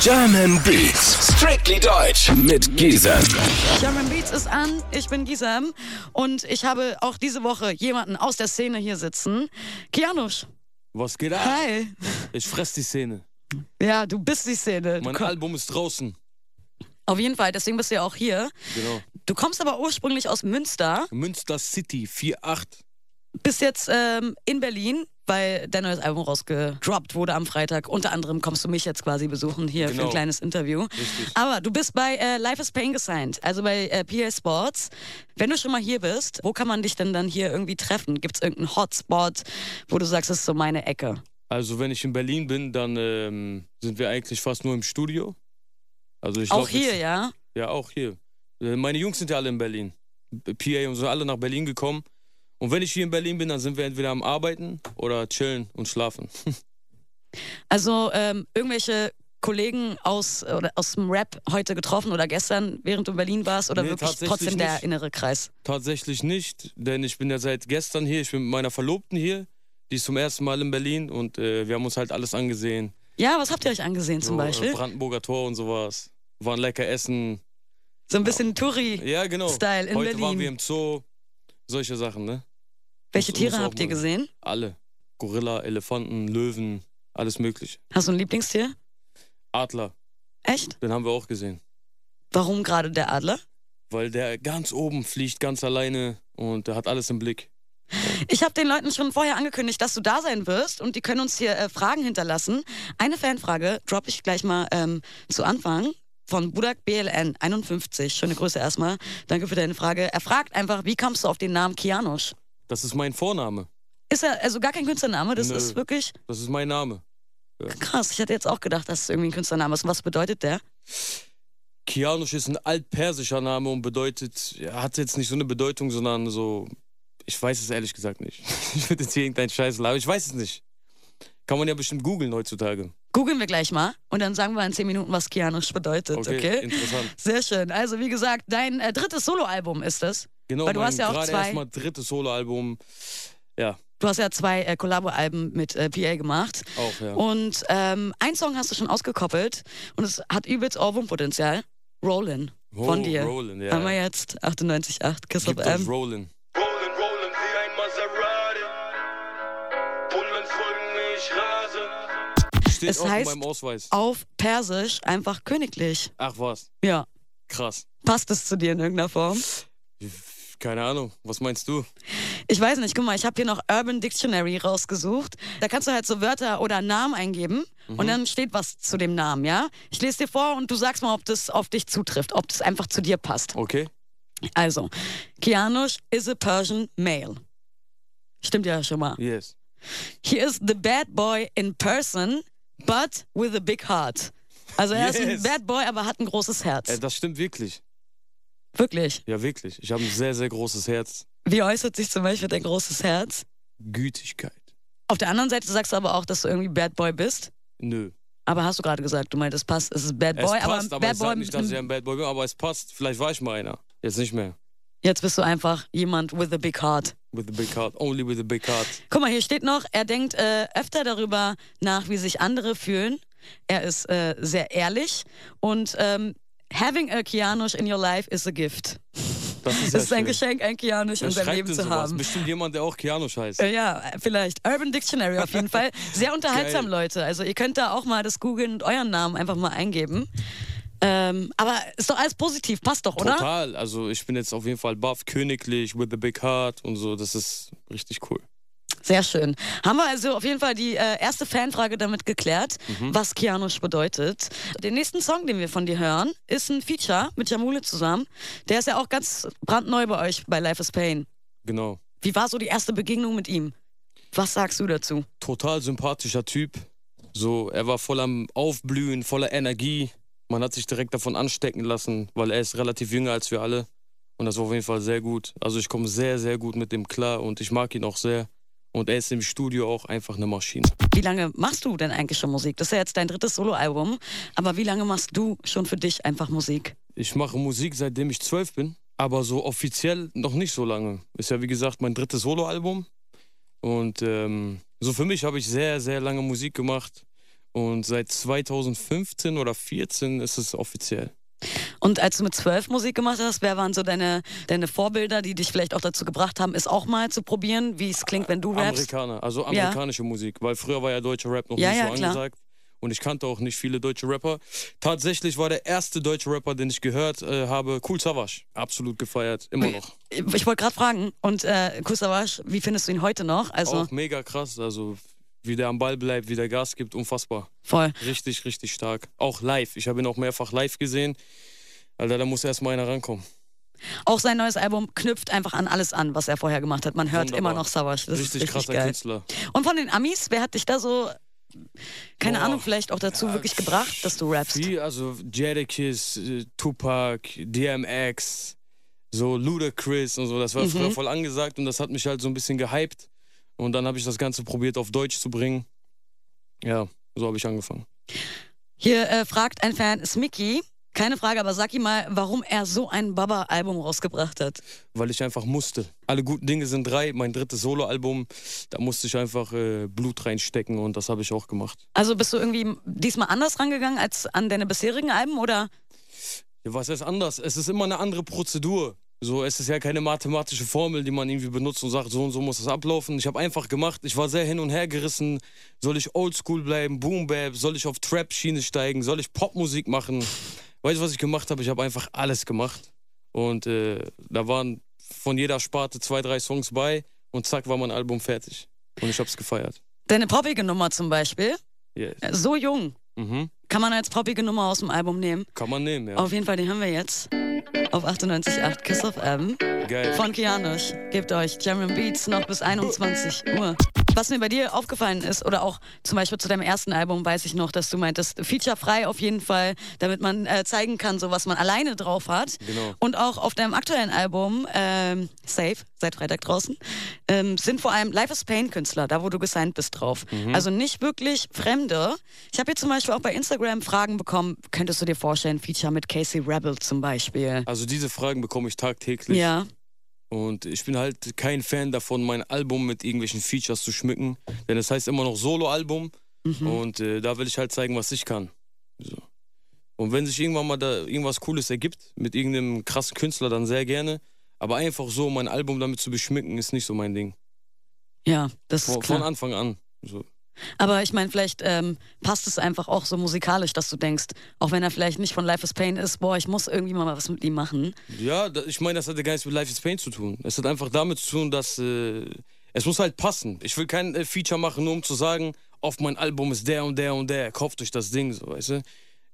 German Beats, strictly deutsch mit Gisem. German Beats ist an, ich bin Gisem und ich habe auch diese Woche jemanden aus der Szene hier sitzen. Kianusch, Was geht ab? hi. Ich fress die Szene. Ja, du bist die Szene. Du Mein komm- Album ist draußen. Auf jeden Fall, deswegen bist du ja auch hier. Genau. Du kommst aber ursprünglich aus Münster, Münster City 48. bist jetzt ähm, in Berlin, weil dein neues Album rausgedroppt wurde am Freitag. Unter anderem kommst du mich jetzt quasi besuchen hier für Genau. ein kleines Interview. Aber du bist bei äh, Life is Pain gesigned, also bei äh, PA Sports. Wenn du schon mal hier bist, wo kann man dich denn dann hier irgendwie treffen? Gibt es irgendeinen Hotspot, wo du sagst, das ist so meine Ecke? Also wenn ich in Berlin bin, dann ähm, sind wir eigentlich fast nur im Studio. Also ich Auch lauf hier, jetzt, ja? ja. auch hier. Äh, Meine Jungs sind ja alle in Berlin. PA und so alle nach Berlin gekommen. Und wenn ich hier in Berlin bin, dann sind wir entweder am Arbeiten oder chillen und schlafen. Also ähm, irgendwelche Kollegen aus, oder aus dem Rap heute getroffen oder gestern, während du in Berlin warst? Oder Nee, wirklich tatsächlich trotzdem der nicht. innere Kreis? Tatsächlich nicht, denn ich bin ja seit gestern hier. Ich bin mit meiner Verlobten hier. Die ist zum ersten Mal in Berlin und äh, wir haben uns halt alles angesehen. Ja, was habt ihr euch angesehen zum So, äh, Beispiel? Brandenburger Tor und sowas. Waren lecker essen. So ein bisschen Touri. Ja, genau. Style in Heute Berlin. waren wir im Zoo. Solche Sachen, ne? Welche muss- muss Tiere auch habt ihr mal- gesehen? Alle. Gorilla, Elefanten, Löwen, alles mögliche. Hast du ein Lieblingstier? Adler, Echt? den haben wir auch gesehen. Warum gerade der Adler? Weil der ganz oben fliegt, ganz alleine und der hat alles im Blick. Ich habe den Leuten schon vorher angekündigt, dass du da sein wirst und die können uns hier äh, Fragen hinterlassen. Eine Fanfrage droppe ich gleich mal ähm, zu Anfang von Budak BLN 51. Schöne Grüße erstmal. Danke für deine Frage. Er fragt einfach, wie kamst du auf den Namen Kianosch? Das ist mein Vorname. Ist ja also gar kein Künstlername, das Nö. ist wirklich Das ist mein Name. krass. Ich hätte jetzt auch gedacht, dass es irgendwie ein Künstlername ist. Und was bedeutet der? Kianusch ist ein altpersischer Name und bedeutet, ja, hat jetzt nicht so eine Bedeutung, sondern so, ich weiß es ehrlich gesagt nicht. ich würde jetzt hier irgendeinen Scheiß labern, ich weiß es nicht. Kann man ja bestimmt googeln heutzutage. Googeln wir gleich mal und dann sagen wir in 10 Minuten, was Kianosch bedeutet, okay? interessant. Sehr schön. Also wie gesagt, dein äh, drittes Soloalbum ist es. Genau, Weil du mein hast ja auch gerade zwei- erstmal drittes Soloalbum. Ja, Du hast ja zwei äh, Kollabo-Alben mit äh, PA gemacht. auch, ja. Und ähm, ein Song hast du schon ausgekoppelt und es hat übelst Ohrwurmpotenzial. Rollin von Oh, dir. Rollin', ja. Haben wir jetzt 98,8 Kiss of Gibt uns M. Rollin. Rollen, rollen wie ein Maserati. Bullen folgen mir, ich rase. Steht Es auch heißt- in meinem Ausweis. Auf Persisch einfach königlich. Ach was, Ja. krass. Passt es zu dir in irgendeiner Form? Keine Ahnung, was meinst du? Ich weiß nicht, guck mal, ich habe hier noch Urban Dictionary rausgesucht. Da kannst du halt so Wörter oder Namen eingeben Mhm. und dann steht was zu dem Namen, ja? Ich lese dir vor und du sagst mal, ob das auf dich zutrifft, ob das einfach zu dir passt. Okay. Also, Kianush is a Persian male. Stimmt ja schon mal. Yes. He is the bad boy in person, but with a big heart. Also er ist ein Yes. Bad Boy, aber hat ein großes Äh, Herz. das stimmt wirklich. Wirklich. Ja, wirklich. Ich habe ein sehr, sehr großes Herz. Wie äußert sich zum Beispiel dein großes Herz? Gütigkeit. Auf der anderen Seite sagst du aber auch, dass du irgendwie Bad Boy bist. Nö. Aber hast du gerade gesagt, du meintest, passt, es ist Bad Es Boy, passt, aber, aber, Bad ich sag Boy nicht, dass mit ich ein Bad Boy bin, aber es passt. Vielleicht war ich mal einer. Jetzt nicht mehr. Jetzt bist du einfach jemand with a big heart. With the big heart. Only with the big heart. Guck mal, hier steht noch, er denkt äh, öfter darüber nach, wie sich andere fühlen. Er ist äh, sehr ehrlich und ähm, having a Kianush in your life is a gift. Das ist, Das ist ja ein schön. Geschenk, ein Kianush Wer in seinem schreibt Leben denn zu sowas? haben. Bestimmt jemand, der auch Keanu heißt. Äh, Ja, vielleicht. Urban Dictionary auf jeden Fall. Sehr unterhaltsam, Geil. Leute. Also ihr könnt da auch mal das googeln und euren Namen einfach mal eingeben. Ähm, aber ist doch alles positiv, passt doch, oder? Total. Also ich bin jetzt auf jeden Fall buff, königlich, with the big heart und so. Das ist richtig cool. Sehr schön. Haben wir also auf jeden Fall die äh, erste Fanfrage damit geklärt, Mhm. was Kianusch bedeutet. Den nächsten Song, den wir von dir hören, ist ein Feature mit Jamule zusammen. Der ist ja auch ganz brandneu bei euch bei Life is Pain. Genau. Wie war so die erste Begegnung mit ihm? Was sagst du dazu? Total sympathischer Typ. So, er war voll am Aufblühen, voller Energie. Man hat sich direkt davon anstecken lassen, weil er ist relativ jünger als wir alle. Und das war auf jeden Fall sehr gut. Also ich komme sehr, sehr gut mit dem klar und ich mag ihn auch sehr. Und er ist im Studio auch einfach eine Maschine. Wie lange machst du denn eigentlich schon Musik? Das ist ja jetzt dein drittes Soloalbum, aber wie lange machst du schon für dich einfach Musik? Ich mache Musik, seitdem ich zwölf bin, aber so offiziell noch nicht so lange. Ist ja wie gesagt mein drittes Soloalbum. Und ähm, so für mich habe ich sehr, sehr lange Musik gemacht. Und seit 2015 oder 14 ist es offiziell. Und als du mit zwölf Musik gemacht hast, wer waren so deine, deine Vorbilder, die dich vielleicht auch dazu gebracht haben, es auch mal zu probieren, wie es klingt, wenn du rappst? Amerikaner, also amerikanische Musik, weil früher war ja deutscher Rap noch Ja, nicht ja, so klar. angesagt. Und ich kannte auch nicht viele deutsche Rapper. Tatsächlich war der erste deutsche Rapper, den ich gehört äh, habe, Cool Savage. Absolut gefeiert, immer noch. Ich wollte gerade fragen, und äh, Kusavasch, wie findest du ihn heute noch? Also Auch mega krass, also wie der am Ball bleibt, wie der Gas gibt, unfassbar. voll. Richtig, richtig stark. Auch live. Ich habe ihn auch mehrfach live gesehen. Alter, da muss erstmal einer rankommen. Auch sein neues Album knüpft einfach an alles an, was er vorher gemacht hat. Man hört Wunderbar. immer noch Savage. Das richtig, ist richtig krasser geil. Künstler. Und von den Amis, wer hat dich da so, keine Boah. Ahnung, vielleicht auch dazu wirklich gebracht, dass du rappst? Viel, also Jadakiss, äh, Tupac, DMX, so Ludacris und so. Das war Mhm. früher voll angesagt und das hat mich halt so ein bisschen gehypt. Und dann habe ich das Ganze probiert auf Deutsch zu bringen. Ja, so habe ich angefangen. Hier äh, fragt ein Fan, ist Mickey? Keine Frage, aber sag ihm mal, warum er so ein Baba-Album rausgebracht hat. Weil ich einfach musste. Alle guten Dinge sind drei. Mein drittes Soloalbum, da musste ich einfach äh, Blut reinstecken und das habe ich auch gemacht. Also bist du irgendwie diesmal anders rangegangen als an deine bisherigen Alben oder? Ja, was ist anders? Es ist immer eine andere Prozedur. So, es ist ja keine mathematische Formel, die man irgendwie benutzt und sagt, so und so muss das ablaufen. Ich habe einfach gemacht, ich war sehr hin und her gerissen. Soll ich oldschool bleiben, Boom Bap, soll ich auf Trap-Schiene steigen, soll ich Popmusik machen? Weißt du, was ich gemacht habe? Ich habe einfach alles gemacht. Und äh, da waren von jeder Sparte zwei, drei Songs bei und zack war mein Album fertig. Und ich hab's gefeiert. Deine poppige Nummer zum Beispiel, Yes. äh, so jung, Mhm. kann man als poppige Nummer aus dem Album nehmen. Kann man nehmen, ja. Auf jeden Fall, den haben wir jetzt auf 98.8 Kiss of M Geil. von Kianush. Gebt euch German Beats noch bis 21 Uhr. Was mir bei dir aufgefallen ist, oder auch zum Beispiel zu deinem ersten Album, weiß ich noch, dass du meintest, featurefrei auf jeden Fall, damit man äh, zeigen kann, so was man alleine drauf hat. Genau. Und auch auf deinem aktuellen Album, ähm, Safe, seit Freitag draußen, ähm, sind vor allem Life is Pain Künstler, da wo du gesigned bist, drauf. Also nicht wirklich Fremde. Ich habe hier zum Beispiel auch bei Instagram Fragen bekommen, könntest du dir vorstellen, Feature mit Casey Rebel zum Beispiel? Also diese Fragen bekomme ich tagtäglich. Ja, Und ich bin halt kein Fan davon, mein Album mit irgendwelchen Features zu schmücken. Denn es heißt immer noch Solo-Album. Mhm. Und äh, da will ich halt zeigen, was ich kann. So. Und wenn sich irgendwann mal da irgendwas Cooles ergibt, mit irgendeinem krassen Künstler, dann sehr gerne. Aber einfach so, mein Album damit zu beschmücken, ist nicht so mein Ding. ja, das ist Von, von klar. Anfang an. So. Aber ich meine, vielleicht ähm, passt es einfach auch so musikalisch, dass du denkst, auch wenn er vielleicht nicht von Life is Pain ist, boah, ich muss irgendwie mal was mit ihm machen. Ja, da, ich meine, das hat ja gar nichts mit Life is Pain zu tun. Es hat einfach damit zu tun, dass äh, es muss halt passen. Ich will kein äh, Feature machen, nur um zu sagen, auf mein Album ist der und der und der, kauft euch das Ding, so, weißt du?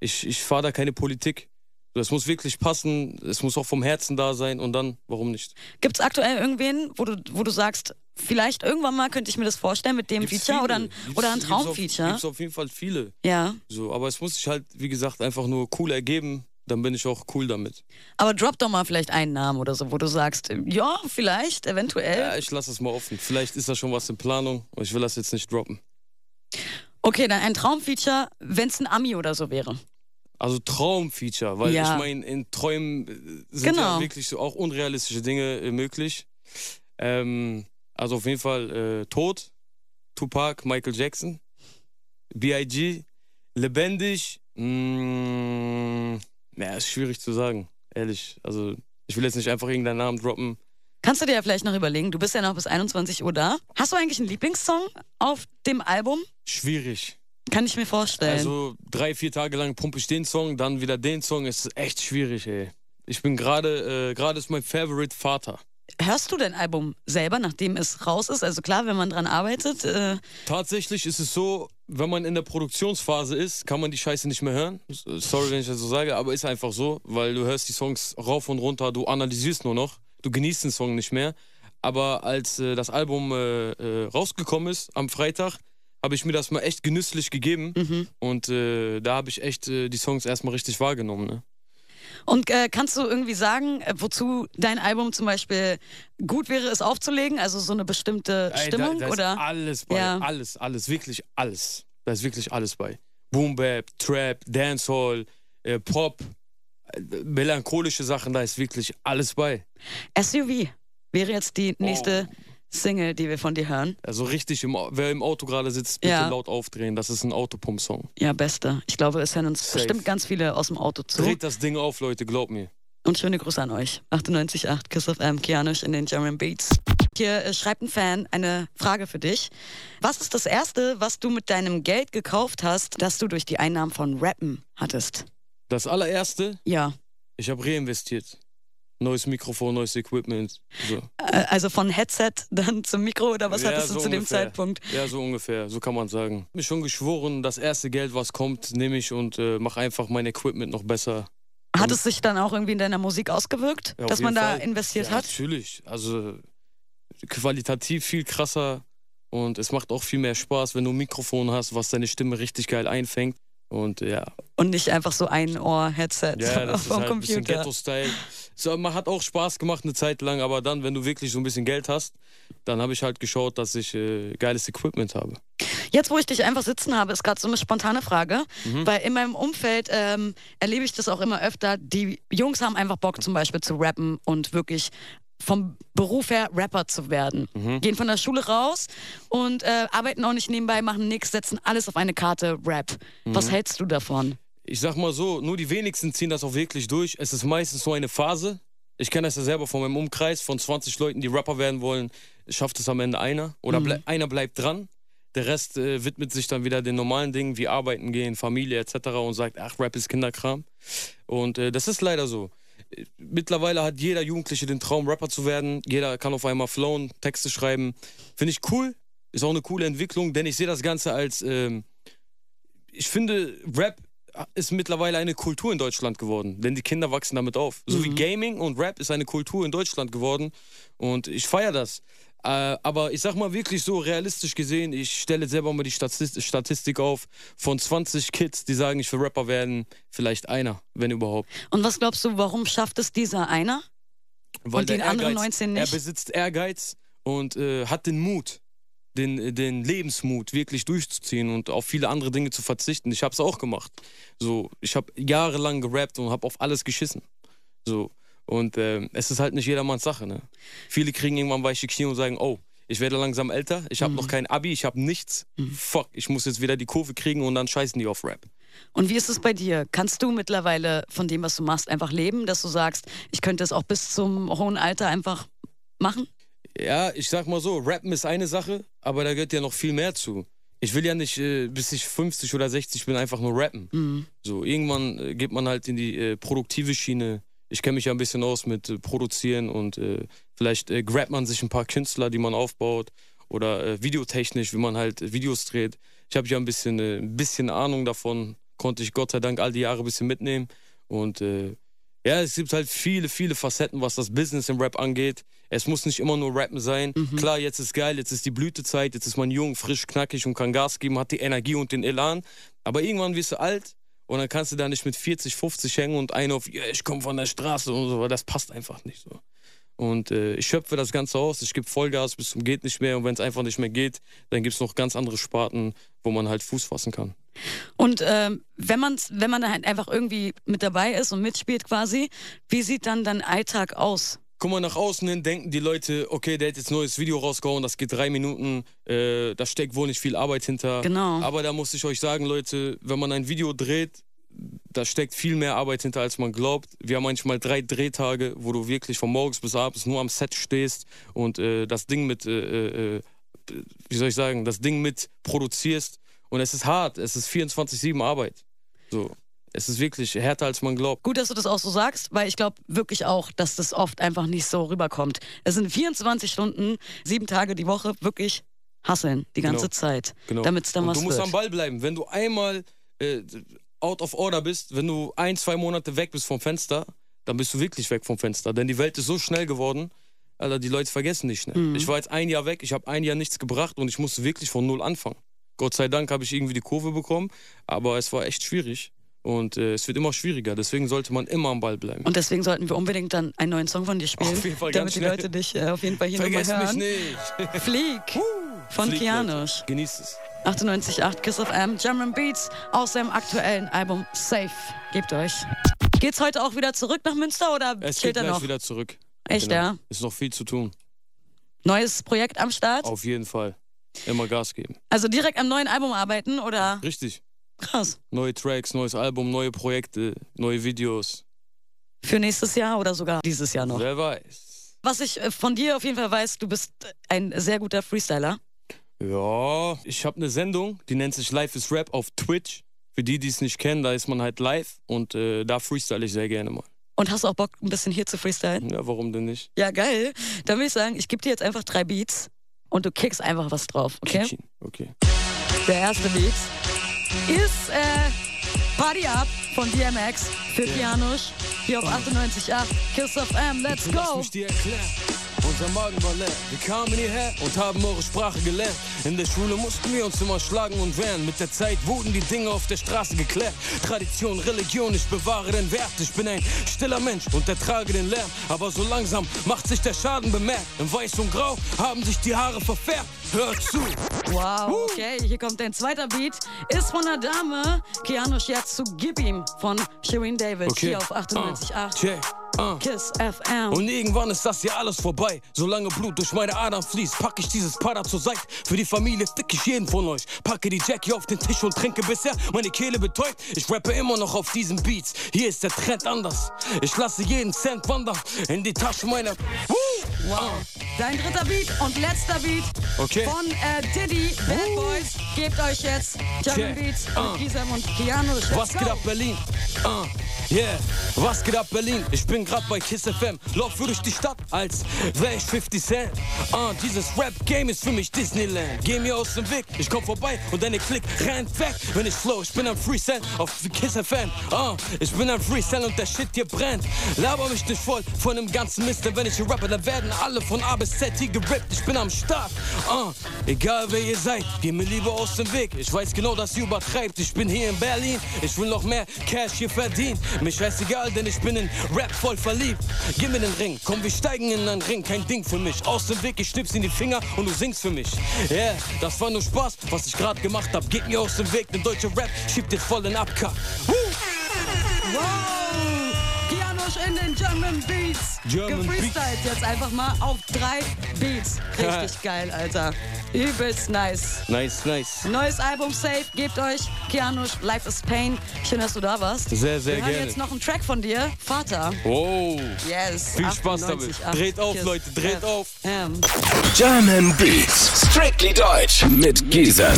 Ich, ich fahre da keine Politik. So, Es muss wirklich passen, es muss auch vom Herzen da sein und dann, warum nicht? Gibt es aktuell irgendwen, wo du, wo du sagst, vielleicht irgendwann mal könnte ich mir das vorstellen mit dem Gibt's Feature viele. oder ein, Gibt's- oder ein gibt's auf- Traumfeature? Gibt's auf jeden Fall viele. Ja. So, aber es muss sich halt, wie gesagt, einfach nur cool ergeben, dann bin ich auch cool damit. Aber drop doch mal vielleicht einen Namen oder so, wo du sagst, ja, vielleicht, eventuell. Ja, ich lasse es mal offen. Vielleicht ist da schon was in Planung, aber ich will das jetzt nicht droppen. Okay, dann ein Traumfeature, wenn es ein Ami oder so wäre. Also Traumfeature, weil Ja. ich meine, in Träumen äh, sind Genau. ja wirklich so auch unrealistische Dinge äh, möglich. Ähm, also auf jeden Fall äh, Tod, Tupac, Michael Jackson, B.I.G., lebendig, mh, ja, ist schwierig zu sagen, ehrlich. Also ich will jetzt nicht einfach irgendeinen Namen droppen. Kannst du dir ja vielleicht noch überlegen, du bist ja noch bis 21 Uhr da. Hast du eigentlich einen Lieblingssong auf dem Album? Schwierig. Kann ich mir vorstellen. Also drei, vier Tage lang pumpe ich den Song, dann wieder den Song. Es ist echt schwierig, ey. Ich bin gerade, äh, gerade ist mein Favorite Vater. Hörst du dein Album selber, nachdem es raus ist? Also klar, wenn man dran arbeitet. Äh, Tatsächlich ist es so, wenn man in der Produktionsphase ist, kann man die Scheiße nicht mehr hören. Sorry, wenn ich das so sage, aber ist einfach so, weil du hörst die Songs rauf und runter, du analysierst nur noch, du genießt den Song nicht mehr. Aber als äh, das Album äh, äh, rausgekommen ist am Freitag, habe ich mir das mal echt genüsslich gegeben und äh, da habe ich echt äh, die Songs erstmal richtig wahrgenommen. Ne? und äh, kannst du irgendwie sagen, äh, wozu dein Album zum Beispiel gut wäre, es aufzulegen? Also so eine bestimmte Ey, Stimmung? da, da Ist oder? alles bei. Ja. Alles, alles, wirklich alles. Da ist wirklich alles bei. Boom Bap, Trap, Dancehall, äh, Pop, äh, melancholische Sachen, da ist wirklich alles bei. Oh. SUV wäre jetzt die nächste Single, die wir von dir hören. Also richtig, im, Au- wer im Auto gerade sitzt, bitte Ja. laut aufdrehen. Das ist ein Autopump-Song. Ja, beste. Ich glaube, es hören uns Safe. bestimmt ganz viele aus dem Auto zu. Dreht das Ding auf, Leute, glaub mir. Und schöne Grüße an euch. 98.8 Kiss of M, Kianosch in den German Beats. Hier äh, schreibt ein Fan eine Frage für dich. Was ist das Erste, was du mit deinem Geld gekauft hast, das du durch die Einnahmen von Rappen hattest? Das allererste, Ja, ich habe reinvestiert. Neues Mikrofon, neues Equipment. So. äh, also von Headset dann zum Mikro oder was Ja, hattest du so zu dem ungefähr. Zeitpunkt? Ja, so ungefähr, so kann man sagen. Ich schon geschworen, das erste Geld, was kommt, nehme ich und äh, mache einfach mein Equipment noch besser. Hat es sich dann auch irgendwie in deiner Musik ausgewirkt, Ja, auf dass man jeden da Fall. investiert ja, hat? Natürlich. Also qualitativ viel krasser und es macht auch viel mehr Spaß, wenn du ein Mikrofon hast, was deine Stimme richtig geil einfängt. Und ja, Und nicht einfach so ein Ohr-Headset ja das ist vom halt ein bisschen Computer. Ghetto-Style. So, man hat auch Spaß gemacht eine Zeit lang, aber dann, wenn du wirklich so ein bisschen Geld hast, dann habe ich halt geschaut, dass ich äh, geiles Equipment habe. Jetzt, wo ich dich einfach sitzen habe, ist gerade so eine spontane Frage, weil in meinem Umfeld ähm, erlebe ich das auch immer öfter. Die Jungs haben einfach Bock, zum Beispiel zu rappen und wirklich vom Beruf her Rapper zu werden. Gehen von der Schule raus und äh, arbeiten auch nicht nebenbei, machen nichts, setzen alles auf eine Karte Rap. Was hältst du davon? ich sag mal so, nur die wenigsten ziehen das auch wirklich durch. Es ist meistens nur eine Phase. Ich kenne das ja selber von meinem Umkreis, von 20 Leuten, die Rapper werden wollen, schafft es am Ende einer. Oder ble einer bleibt dran. Der Rest äh, widmet sich dann wieder den normalen Dingen, wie arbeiten gehen, Familie etc. und sagt, ach, Rap ist Kinderkram. Und äh, das ist leider so. Äh, Mittlerweile hat jeder Jugendliche den Traum, Rapper zu werden. Jeder kann auf einmal flowen, Texte schreiben. Finde ich cool. Ist auch eine coole Entwicklung, denn ich sehe das Ganze als ähm, ich finde, Rap ist mittlerweile eine Kultur in Deutschland geworden, denn die Kinder wachsen damit auf. So wie Gaming und Rap ist eine Kultur in Deutschland geworden und ich feiere das. Äh, aber ich sag mal wirklich so realistisch gesehen, ich stelle selber mal die Statist Statistik auf, von 20 Kids, die sagen, ich will Rapper werden, vielleicht einer, wenn überhaupt. Und was glaubst du, warum schafft es dieser einer? Weil Und der die anderen Ehrgeiz, 19 nicht? Er besitzt Ehrgeiz und äh, hat den Mut, den, den Lebensmut wirklich durchzuziehen und auf viele andere Dinge zu verzichten. Ich habe es auch gemacht. So, ich habe jahrelang gerappt und habe auf alles geschissen. So und ähm, es ist halt nicht jedermanns Sache. Ne? Viele kriegen irgendwann weiche Knie und sagen, oh. Ich werde langsam älter, ich habe Mhm. noch kein Abi, ich habe nichts. Fuck, ich muss jetzt wieder die Kurve kriegen und dann scheißen die auf Rap. Und wie ist es bei dir? Kannst du mittlerweile von dem, was du machst, einfach leben, dass du sagst, ich könnte es auch bis zum hohen Alter einfach machen? Ja, ich sag mal so, Rappen ist eine Sache, aber da gehört ja noch viel mehr zu. Ich will ja nicht, äh, bis ich 50 oder 60 bin, einfach nur rappen. So, irgendwann äh, geht man halt in die äh, produktive Schiene. Ich kenne mich ja ein bisschen aus mit äh, Produzieren und äh, vielleicht äh, grabt man sich ein paar Künstler, die man aufbaut. Oder äh, videotechnisch, wie man halt äh, Videos dreht. Ich habe ja ein bisschen, äh, ein bisschen Ahnung davon. Konnte ich Gott sei Dank all die Jahre ein bisschen mitnehmen. Und äh, ja, es gibt halt viele, viele Facetten, was das Business im Rap angeht. Es muss nicht immer nur Rappen sein. Klar, jetzt ist geil, jetzt ist die Blütezeit, jetzt ist man jung, frisch, knackig und kann Gas geben, hat die Energie und den Elan. Aber irgendwann wirst du alt und dann kannst du da nicht mit 40, 50 hängen und einen auf, ja, ich komme von der Straße und so, weil das passt einfach nicht so. Und äh, ich schöpfe das Ganze aus, ich gebe Vollgas bis zum geht nicht mehr und wenn es einfach nicht mehr geht, dann gibt es noch ganz andere Sparten, wo man halt Fuß fassen kann. Und ähm, wenn, man's, wenn man halt einfach irgendwie mit dabei ist und mitspielt quasi, wie sieht dann dein Alltag aus? Guck mal, nach außen hin denken die Leute, okay, der hat jetzt ein neues Video rausgehauen, das geht drei Minuten, äh, da steckt wohl nicht viel Arbeit hinter. Genau. Aber da muss ich euch sagen, Leute, wenn man ein Video dreht, da steckt viel mehr Arbeit hinter, als man glaubt. Wir haben manchmal drei Drehtage, wo du wirklich von morgens bis abends nur am Set stehst und äh, das Ding mit, äh, äh, äh, wie soll ich sagen, das Ding mit produzierst. Und es ist hart, es ist 24-7 Arbeit. So. Es ist wirklich härter, als man glaubt. Gut, dass du das auch so sagst, weil ich glaube wirklich auch, dass das oft einfach nicht so rüberkommt. Es sind 24 Stunden, sieben Tage die Woche, wirklich hasseln, die ganze Genau. Zeit, Genau. damit es dann und was du musst wird. am Ball bleiben. Wenn du einmal äh, out of order bist, wenn du ein, zwei Monate weg bist vom Fenster, dann bist du wirklich weg vom Fenster. Denn die Welt ist so schnell geworden, Alter, die Leute vergessen dich schnell. Mhm. Ich war jetzt ein Jahr weg, ich habe ein Jahr nichts gebracht und ich musste wirklich von null anfangen. Gott sei Dank habe ich irgendwie die Kurve bekommen, aber es war echt schwierig. Und äh, es wird immer schwieriger, deswegen sollte man immer am Ball bleiben. Und deswegen sollten wir unbedingt dann einen neuen Song von dir spielen, Auf jeden Fall damit ganz die schnell. Leute dich äh, auf jeden Fall hier nochmal Vergesst mich hören. nicht. Flieg von Fliegt, Kianosch. Leute. Genießt es. 98.8 Kiss of M, German Beats aus seinem aktuellen Album Safe. Gebt euch. Geht's heute auch wieder zurück nach Münster oder Es chillt er geht gleich Genau. noch? wieder zurück. Echt, ja? Ist noch viel zu tun. Neues Projekt am Start? Auf jeden Fall. Immer Gas geben. Also direkt am neuen Album arbeiten oder? Richtig. Krass. Neue Tracks, neues Album, neue Projekte, neue Videos. Für nächstes Jahr oder sogar dieses Jahr noch. Wer weiß. Was ich äh, von dir auf jeden Fall weiß, du bist ein sehr guter Freestyler. Ja, ich habe eine Sendung, die nennt sich Life is Rap auf Twitch. Für die, die es nicht kennen, da ist man halt live und äh, da freestyle ich sehr gerne mal. Und hast auch Bock, ein bisschen hier zu freestylen? Ja, warum denn nicht? Ja, geil. Dann würde ich sagen, ich gebe dir jetzt einfach drei Beats und du kickst einfach was drauf, okay? Kitchen. Okay. Der erste Beat ist äh, Party Up von DMX für Pianusch. Hier auf 98.8, Kiss of M, let's Lass go. mich dir erklären. Unser Magen war leer. Wir kamen hierher und haben eure Sprache gelernt. In der Schule mussten wir uns immer schlagen und wehren. Mit der Zeit wurden die Dinge auf der Straße geklärt. Tradition, Religion, ich bewahre den Wert. Ich bin ein stiller Mensch und ertrage den Lärm. Aber so langsam macht sich der Schaden bemerkt. In Weiß und Grau haben sich die Haare verfärbt. Hört zu. Wow, okay, hier kommt dein zweiter Beat. Ist von der Dame Kianusch jetzt zu Gib ihm von Shireen David. Hier auf Ah, 98.8, check. Ah. Kiss FM. Und irgendwann ist das hier alles vorbei. Solange Blut durch meine Adern fließt, packe ich dieses Para zur Seite. Für die Familie fick ich jeden von euch. Packe die Jackie auf den Tisch und trinke bisher meine Kehle betäubt. Ich rappe immer noch auf diesen Beats. Hier ist der Trend anders. Ich lasse jeden Cent wandern in die Tasche meiner. Wow. Dein dritter Beat und letzter Beat Okay. von äh, Diddy, Bad Boys. Gebt euch jetzt German Check. Beats Ah. mit Gisem und Kianusch. Let's Was geht go. ab Berlin? Ah, yeah. Was geht ab Berlin? Ich bin grad bei Kiss FM. Lauf durch die Stadt, als wär ich 50 Cent. Ah, dieses Rap-Game ist für mich Disneyland. Geh mir aus dem Weg, ich komm vorbei und deine Klick rennt weg. Wenn ich flow, ich bin ein Freestyle auf Kiss FM. Ah, ich bin ein Freestyle und der Shit hier brennt. Laber mich nicht voll von dem ganzen Mist, denn wenn ich hier rappe, dann werden alle von A bis Z hier gerippt. Ich bin am Start. Ah, egal wer ihr seid, geh mir lieber aus dem Weg. Ich weiß genau, dass ihr übertreibt. Ich bin hier in Berlin. Ich will noch mehr Cash hier verdienen. Mir scheißegal, denn ich bin in Rap voll verliebt. Gib mir den Ring, komm, wir steigen in einen Ring. Kein Ding für mich. Aus dem Weg, ich schnipp's in die Finger und du singst für mich. Yeah, das war nur Spaß, was ich gerade gemacht hab. Geht mir aus dem Weg, denn deutscher Rap schiebt dich voll in Abkack. Woo! Wow! Kianusch in den German Beats. German Gefreestylt jetzt einfach mal auf drei Beats. Richtig geil, Alter. Übelst nice. Nice, nice. Neues Album safe. Gebt euch Kianusch, Life is Pain. Schön, dass du da warst. Sehr, sehr Wir hören gerne. jetzt noch einen Track von dir. Vater. Wow. Yes. Viel Spaß damit. 98,8. Dreht auf, Kiss. Leute, dreht Ja. auf. Ähm. German Beats. Strictly Deutsch. Mit Gisem.